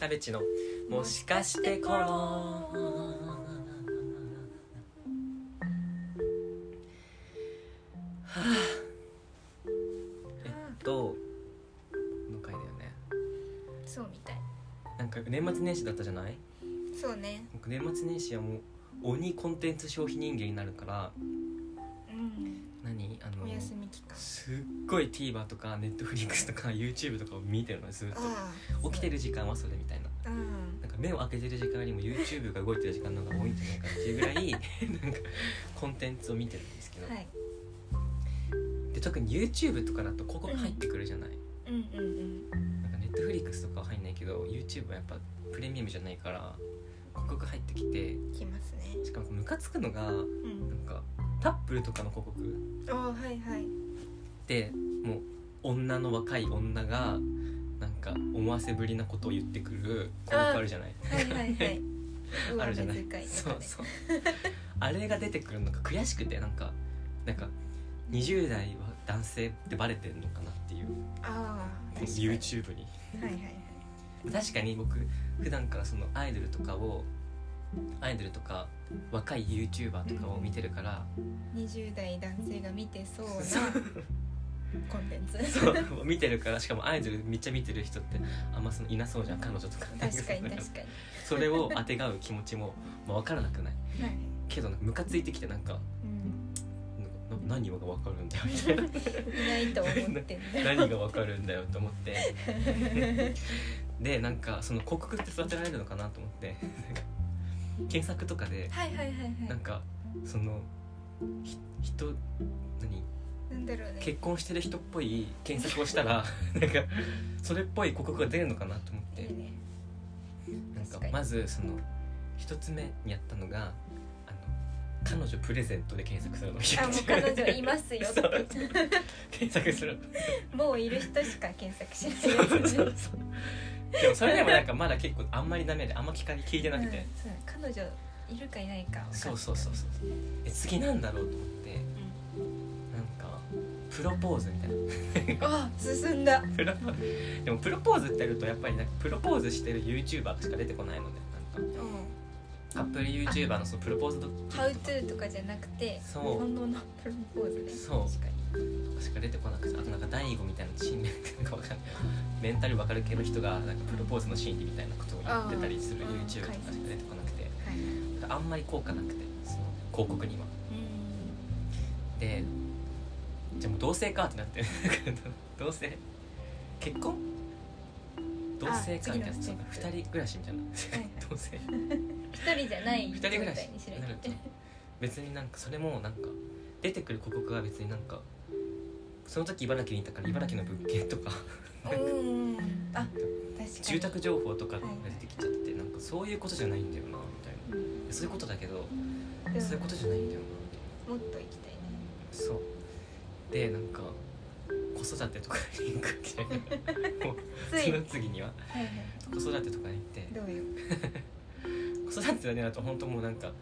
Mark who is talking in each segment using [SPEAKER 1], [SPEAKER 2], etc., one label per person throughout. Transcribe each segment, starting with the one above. [SPEAKER 1] ャベチの「もしかしてコロはあえっとの回だよね
[SPEAKER 2] そうみたい
[SPEAKER 1] なんか年末年始だったじゃない
[SPEAKER 2] そうね
[SPEAKER 1] 僕年末年始はもう鬼コンテンツ消費人間になるから
[SPEAKER 2] うん
[SPEAKER 1] 何あの
[SPEAKER 2] お休み期間
[SPEAKER 1] すっごい TVer とか Netflix とか YouTube とかを見てるのずっと
[SPEAKER 2] あ
[SPEAKER 1] 起きてる時間はそれみたいな
[SPEAKER 2] あうん
[SPEAKER 1] なんか目を開けてる時間よりも YouTube が動いてる時間の方が多いんじゃないかっていうぐらいなんかコンテンツを見てるんですけど、
[SPEAKER 2] はい
[SPEAKER 1] で特に YouTube とかだと広告入ってくるじゃない、
[SPEAKER 2] うんうん
[SPEAKER 1] なんか Netflix とかは入んないけど YouTube はやっぱプレミアムじゃないから広告入ってきて
[SPEAKER 2] うん来ますね
[SPEAKER 1] しかもムカつくのがなん
[SPEAKER 2] うん
[SPEAKER 1] かタップルとかの広告
[SPEAKER 2] ああはいはい
[SPEAKER 1] ってもう女の若い女がなんか思わせぶりなことを言ってくる広告あるじゃない
[SPEAKER 2] はいはいはい
[SPEAKER 1] あるじゃない
[SPEAKER 2] 上目遣いと
[SPEAKER 1] そう
[SPEAKER 2] かね
[SPEAKER 1] そうあれが出てくるのが悔しくてなんかなんか20代は男性ってバレてんのかなっていう
[SPEAKER 2] ああ
[SPEAKER 1] この YouTube に
[SPEAKER 2] はいはいはい
[SPEAKER 1] 確かに僕普段からそのアイドルとかをアイドルとか若い YouTuber とかを見てるから、
[SPEAKER 2] 20代男性が見てそうな
[SPEAKER 1] そう
[SPEAKER 2] コンテンツ
[SPEAKER 1] そう見てるからしかもアイドルめっちゃ見てる人ってあんまそのいなそうじゃん彼女とか
[SPEAKER 2] 確かに確か
[SPEAKER 1] それをあてがう気持ちも、まあ、分からなくない
[SPEAKER 2] にはい
[SPEAKER 1] けどなんかムカついてきてなんか
[SPEAKER 2] うん
[SPEAKER 1] なんかな何が分かるんだよみたいない
[SPEAKER 2] ないと思ってん だよ
[SPEAKER 1] 何がわかるんだよと思って でなんかその広告って育てられるのかなと思ってなんか検索とかで
[SPEAKER 2] はいはいはいはい
[SPEAKER 1] なんかそのひ人何
[SPEAKER 2] なんだろうね
[SPEAKER 1] 結婚してる人っぽい検索をしたら なんかそれっぽい広告が出るのかなと思っ
[SPEAKER 2] い
[SPEAKER 1] て
[SPEAKER 2] いね
[SPEAKER 1] なん
[SPEAKER 2] 確
[SPEAKER 1] か
[SPEAKER 2] かに
[SPEAKER 1] まずその一つ目にやったのがあの彼女プレゼントで検索するの
[SPEAKER 2] あもう彼女いますよ
[SPEAKER 1] そう
[SPEAKER 2] って
[SPEAKER 1] 検索するの
[SPEAKER 2] もういる人しか検索し
[SPEAKER 1] そ
[SPEAKER 2] な
[SPEAKER 1] う
[SPEAKER 2] いやつ
[SPEAKER 1] そ
[SPEAKER 2] ね
[SPEAKER 1] うそうでもそれでもなんかまだ結構あんまりダメであんま聞か聞いてなくて、
[SPEAKER 2] うんそう彼女いるかいないか分かんない
[SPEAKER 1] そうそうそうそうえ次なんだろうと思ってなんかプロポーズみたいな
[SPEAKER 2] あ進んだ
[SPEAKER 1] プロポーズでもプロポーズってやるとやっぱりなんかプロポーズしてる YouTuber しか出てこないのでなんか
[SPEAKER 2] うん
[SPEAKER 1] カップル YouTuber のそのプロポーズと
[SPEAKER 2] 「How to」とかじゃなくて
[SPEAKER 1] そう
[SPEAKER 2] 本能のプロポーズね
[SPEAKER 1] そう
[SPEAKER 2] 確かに
[SPEAKER 1] かしか出てこなくてあとなんか第五みたいなチームなんかわかんないメンタル分かる系の人がなんかプロポーズの心理みたいなことを言ってたりする
[SPEAKER 2] あー
[SPEAKER 1] YouTuber とかしか出てこなくて
[SPEAKER 2] はい
[SPEAKER 1] あんまり効果なくてその広告には。
[SPEAKER 2] うん
[SPEAKER 1] でじゃあもう同棲かってなって 同棲結婚同棲かみたいな
[SPEAKER 2] あ次のステップ
[SPEAKER 1] 2人暮らしみたいな
[SPEAKER 2] はいはい
[SPEAKER 1] 同棲
[SPEAKER 2] 一人じゃない
[SPEAKER 1] 2人暮らし
[SPEAKER 2] にし
[SPEAKER 1] になると別になんかそれもなんか出てくる広告は別になんかその時茨城にいたから茨城の物件とか
[SPEAKER 2] うんうんあ確かに
[SPEAKER 1] 住宅情報とかが出てきちゃってなんかそういうことじゃないんだよなみたいな
[SPEAKER 2] うん
[SPEAKER 1] そういうことだけど
[SPEAKER 2] でも
[SPEAKER 1] そういうことじゃないんだよな
[SPEAKER 2] もっと行きたいね
[SPEAKER 1] そうでなんか子育てとかに行くみたいな
[SPEAKER 2] つ
[SPEAKER 1] そ
[SPEAKER 2] い
[SPEAKER 1] の次には
[SPEAKER 2] はいはい
[SPEAKER 1] 子育てとかに行って
[SPEAKER 2] どう よ
[SPEAKER 1] 子育てだねだと本当もうなんか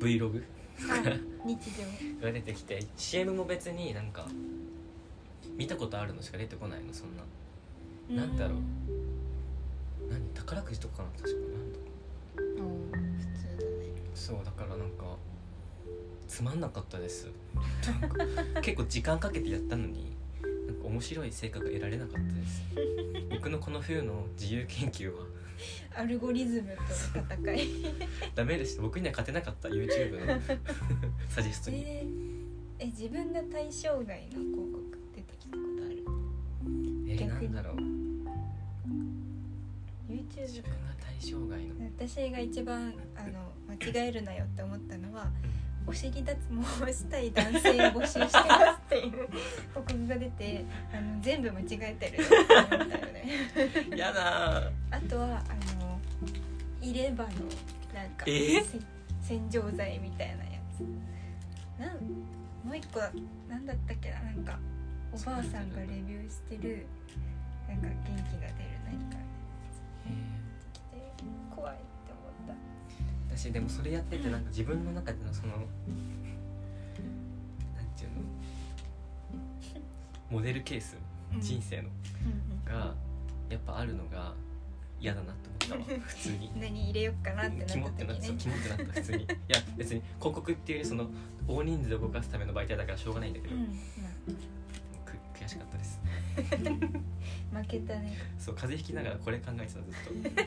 [SPEAKER 1] Vlog
[SPEAKER 2] あ日常
[SPEAKER 1] が出てきて CM も別になんか見たことあるのしか出てこないのそんななんだろう何宝くじとかかな確かなんだ
[SPEAKER 2] うんうん普通だね
[SPEAKER 1] そうだからなんかつまんなかったですなんか結構時間かけてやったのになんか面白い成果が得られなかったです僕のこの冬の自由研究は
[SPEAKER 2] アルゴリズムとの戦い
[SPEAKER 1] ダメでした僕には勝てなかった YouTube のサジェストに
[SPEAKER 2] ええ自分が対象外の広告出てきたことある
[SPEAKER 1] えー、な
[SPEAKER 2] 逆
[SPEAKER 1] ん
[SPEAKER 2] に
[SPEAKER 1] だろう自
[SPEAKER 2] YouTube
[SPEAKER 1] 分が対象外の
[SPEAKER 2] 私が一番あの間違えるなよって思ったのはお尻脱毛をしたい男性を募集してますっていう広告が出てあの全部間違えてるって思ったよね
[SPEAKER 1] やだ
[SPEAKER 2] あとはあの入れ歯のなんか
[SPEAKER 1] え
[SPEAKER 2] せ洗浄剤みたいなやつなんもう一個なんだったっけななんかおばあさんがレビューしてるなんか元気が出る何か出てきて怖いって思っ
[SPEAKER 1] 私でもそれやっててなんか自分の中でのそのなんていうのモデルケース
[SPEAKER 2] た、うん
[SPEAKER 1] 人生の
[SPEAKER 2] うんうん
[SPEAKER 1] がやっぱあるのが嫌だなって思った わ普通に
[SPEAKER 2] 何入れよっかなってなっ
[SPEAKER 1] キ モって
[SPEAKER 2] た
[SPEAKER 1] なっ
[SPEAKER 2] 時
[SPEAKER 1] たそう
[SPEAKER 2] ね
[SPEAKER 1] キモってなった普通にいや別に広告っていうその大人数で動かすための媒体だからしょうがないんだけ
[SPEAKER 2] う
[SPEAKER 1] ど、
[SPEAKER 2] ん
[SPEAKER 1] く悔しかったです
[SPEAKER 2] まあ負けたね
[SPEAKER 1] そう風邪ひきながらこれ考えてたずっと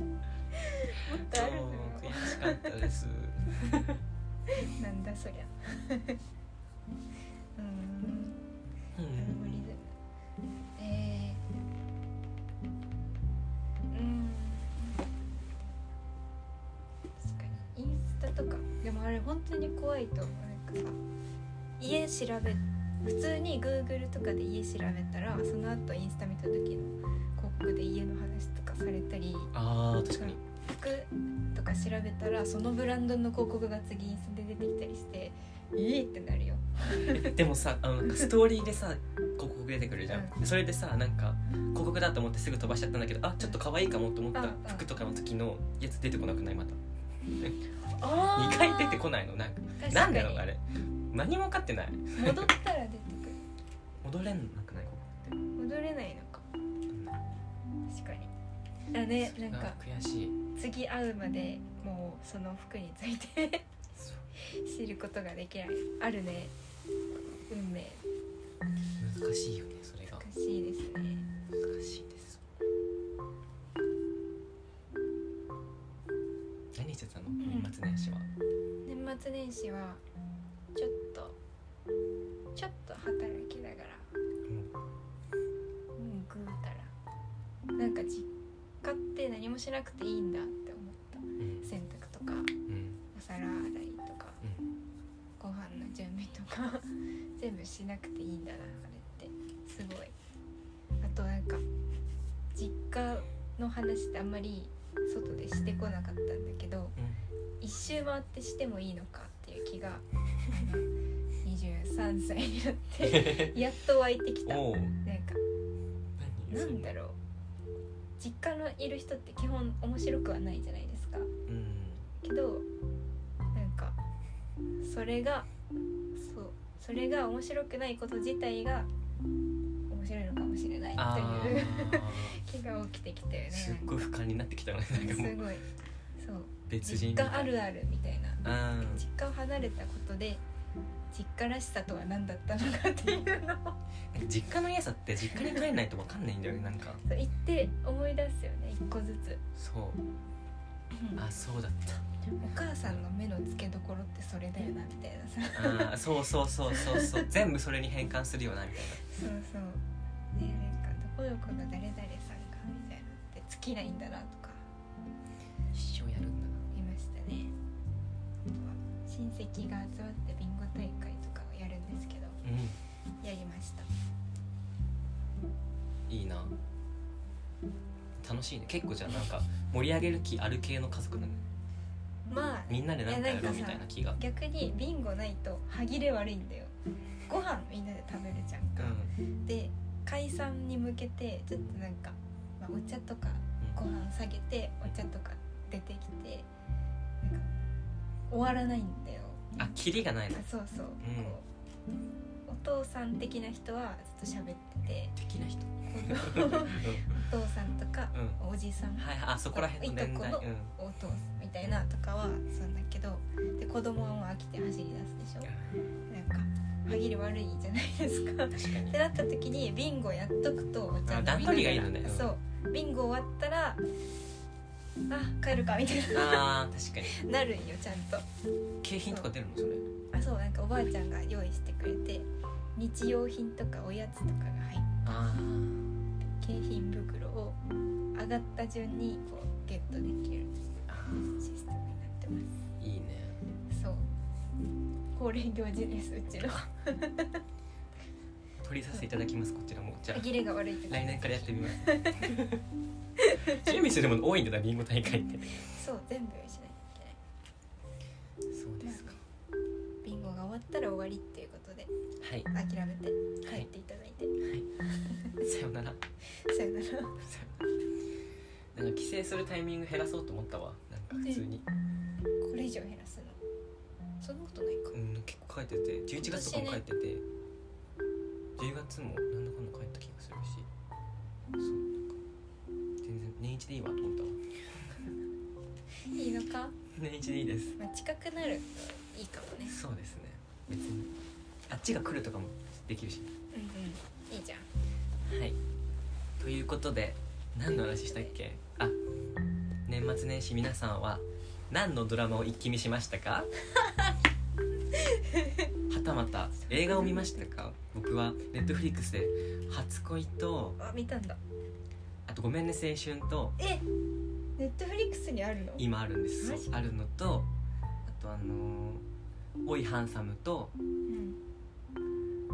[SPEAKER 2] もっと
[SPEAKER 1] そう
[SPEAKER 2] あるのよ
[SPEAKER 1] 悔しかったです
[SPEAKER 2] なんだそりゃ うーん
[SPEAKER 1] う
[SPEAKER 2] あんまり
[SPEAKER 1] ん
[SPEAKER 2] だなえーうん確かにインスタとかでもあれ本当に怖いと思うなんかさ家調べ普通に Google とかで家調べたらその後インスタ見た時の広告で家の話とかされたり
[SPEAKER 1] あー確かに
[SPEAKER 2] 服とか調べたらそのブランドの広告が次インスタで出てきたりしていいってなるよ
[SPEAKER 1] でもさあのなんかストーリーでさ広告出てくるじゃん、それでさなんか広告だと思ってすぐ飛ばしちゃったんだけどあちょっと可愛いかもと思っ
[SPEAKER 2] うん
[SPEAKER 1] た
[SPEAKER 2] うん
[SPEAKER 1] 服とかの時のやつ出てこなくないまた
[SPEAKER 2] あ
[SPEAKER 1] 2回出てこないのなんか
[SPEAKER 2] ない
[SPEAKER 1] なんだろうあれ何も分かってない
[SPEAKER 2] 戻ったら出てくる
[SPEAKER 1] 戻れなくないここっ
[SPEAKER 2] 戻れないのか確かにだね
[SPEAKER 1] て
[SPEAKER 2] なんか
[SPEAKER 1] それが悔しい
[SPEAKER 2] 次会うまでもうその服について
[SPEAKER 1] そう
[SPEAKER 2] 知ることができないあるね運命
[SPEAKER 1] 難しいよねそれが
[SPEAKER 2] 難しいですね
[SPEAKER 1] 難しいです何してたの
[SPEAKER 2] ん
[SPEAKER 1] 年末年始は
[SPEAKER 2] 年末年始はちょっとちょっと働きながらうんぐうたらなんか実家って何もしなくていいんだって思っ
[SPEAKER 1] うん
[SPEAKER 2] た洗濯とか
[SPEAKER 1] うん
[SPEAKER 2] お皿洗いとか
[SPEAKER 1] うん
[SPEAKER 2] ご飯の準備とか 全部しなくていいんだなあれってすごいあとなんか実家の話ってあんまり外でしてこなかったんだけど一周回ってしてもいいのかっていう気 が23歳になっ て
[SPEAKER 1] う
[SPEAKER 2] やっと湧いてき
[SPEAKER 1] ん
[SPEAKER 2] たなんか
[SPEAKER 1] おお何
[SPEAKER 2] なんだろう実家のいる人って基本面白くはないじゃないですか
[SPEAKER 1] うん
[SPEAKER 2] けどなんかそれがそうそれが面白くないこと自体が面白いのかもしれない
[SPEAKER 1] あ
[SPEAKER 2] という
[SPEAKER 1] ー
[SPEAKER 2] 気が起きてきたよね
[SPEAKER 1] すっごい俯瞰になってきたのねな
[SPEAKER 2] な
[SPEAKER 1] ん
[SPEAKER 2] ん
[SPEAKER 1] か
[SPEAKER 2] か
[SPEAKER 1] も
[SPEAKER 2] す
[SPEAKER 1] う
[SPEAKER 2] ごいそう
[SPEAKER 1] 別
[SPEAKER 2] 実
[SPEAKER 1] 人みたい
[SPEAKER 2] 家あるあるみたいな
[SPEAKER 1] あ
[SPEAKER 2] 実家を離れたことで実家らしさとは何だったのかっていうのを
[SPEAKER 1] ー実家の嫌さって実家に帰らないと分かんないんだよねなんか
[SPEAKER 2] そう言って思い出すよね一個ずつ、
[SPEAKER 1] そうあそうだった
[SPEAKER 2] お母さんの目の付けどころってそれだよなみたいなさ
[SPEAKER 1] あーそうそうそうそう そう全部それに変換するよなみたい
[SPEAKER 2] そうそうねなんかどこどこの誰々さんがみたいなって尽きないんだなとか
[SPEAKER 1] な一生やるんだな
[SPEAKER 2] 言いましたねあとは親戚が集まってビンゴ大会とかをやるんですけど
[SPEAKER 1] うん
[SPEAKER 2] やりました
[SPEAKER 1] いいな楽しいね結構じゃあなんか盛り上げる気ある系の家族なの
[SPEAKER 2] まあ
[SPEAKER 1] みんなでなんかやろうみたいな気が
[SPEAKER 2] 逆にビンゴないと歯切れ悪いんだよご飯みんなで食べるじゃん
[SPEAKER 1] う
[SPEAKER 2] か、
[SPEAKER 1] ん
[SPEAKER 2] で解散に向けてちょっとなんか、まあ、お茶とかご飯下げてお茶とか出てきてなんか終わらないんだよ
[SPEAKER 1] あキリがないの
[SPEAKER 2] あそうそう、
[SPEAKER 1] うん
[SPEAKER 2] こうお父さん的な人はずっと喋って
[SPEAKER 1] 的な人
[SPEAKER 2] て子供お父さんとか
[SPEAKER 1] うん
[SPEAKER 2] おじさん
[SPEAKER 1] はいあそこら辺の年代
[SPEAKER 2] いとこ
[SPEAKER 1] うん
[SPEAKER 2] お父さんみたいなとかはそうなんだけどで子供はもう飽きて走り出すでしょなんか歯切れ悪いじゃないですか
[SPEAKER 1] 確かに
[SPEAKER 2] ってなった時にビンゴやっとくとお茶
[SPEAKER 1] あ段
[SPEAKER 2] 飲みながら
[SPEAKER 1] 取りがいいのね
[SPEAKER 2] そうビンゴ終わったらあ帰るかみたい
[SPEAKER 1] あー確か に
[SPEAKER 2] ななるんよちゃんと
[SPEAKER 1] 景品とか出るのそれ
[SPEAKER 2] あそうなんかおばあちゃんが用意してくれて日用品とかおやつとかが入っ
[SPEAKER 1] あー
[SPEAKER 2] て景品袋を上がった順にこうゲットできる
[SPEAKER 1] あ
[SPEAKER 2] システムになってま
[SPEAKER 1] ーいいね
[SPEAKER 2] すそう恒例行事ですうちの
[SPEAKER 1] 取りさせていただきますこちらもじゃ
[SPEAKER 2] 歯
[SPEAKER 1] あ
[SPEAKER 2] 切れが悪い時
[SPEAKER 1] 来年からやってみます 準備するもの多いんだなビンゴ大会って
[SPEAKER 2] そう全部用意しないといけない
[SPEAKER 1] そうですか
[SPEAKER 2] ビンゴが終わったら終わりっていうことで
[SPEAKER 1] はい
[SPEAKER 2] 諦めて
[SPEAKER 1] は
[SPEAKER 2] 帰っ
[SPEAKER 1] い
[SPEAKER 2] ていただいて、
[SPEAKER 1] さよなら
[SPEAKER 2] さよなら
[SPEAKER 1] さよならなんか帰省するタイミング減らそうと思ったわなんか普通に
[SPEAKER 2] これ以上減らすのそんなことないか
[SPEAKER 1] うん結構帰ってて11月とかも帰ってて10月もなんだかんだ帰った気がするしそうなんか全然年一でいいわと思ったわ
[SPEAKER 2] いいのか、
[SPEAKER 1] 年一でいいです
[SPEAKER 2] まあ、近くなるといいかもね
[SPEAKER 1] そうですね別にあっちが来るとかもできるし
[SPEAKER 2] うんうんいいじゃん
[SPEAKER 1] はいということで何の話したっけあ年末年始皆さんは何のドラマを一気見しましたかはたまた映画を見ましたか僕はネットフリックスで「初恋」と
[SPEAKER 2] あ見たんだ
[SPEAKER 1] あと「ごめんね青春」と
[SPEAKER 2] えネットフリックスにあるの
[SPEAKER 1] 今あるんです
[SPEAKER 2] マジ
[SPEAKER 1] あるのとあとあのーおいハンサム」と
[SPEAKER 2] うん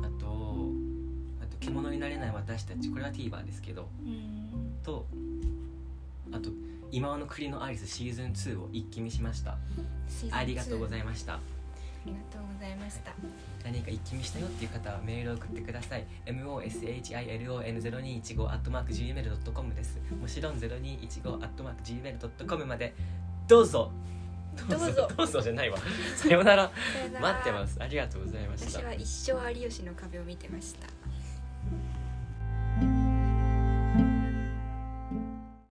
[SPEAKER 1] あと「あと獣になれない私たち」これは TVer ですけど
[SPEAKER 2] うん
[SPEAKER 1] とあと「今和の栗のアリス」シーズン2を一気見しましたありがとうござ
[SPEAKER 2] い
[SPEAKER 1] いました
[SPEAKER 2] ますありがとうございました
[SPEAKER 1] 何か一気見したよっていう方はメールを送ってください moshilon0215-gmail.com ですもちろん 0215-gmail.com までどうぞ
[SPEAKER 2] どうぞ
[SPEAKER 1] どうぞじゃないわさようなら
[SPEAKER 2] さよなら
[SPEAKER 1] 待ってますありがとうございました
[SPEAKER 2] 私は一生有吉の壁を見てました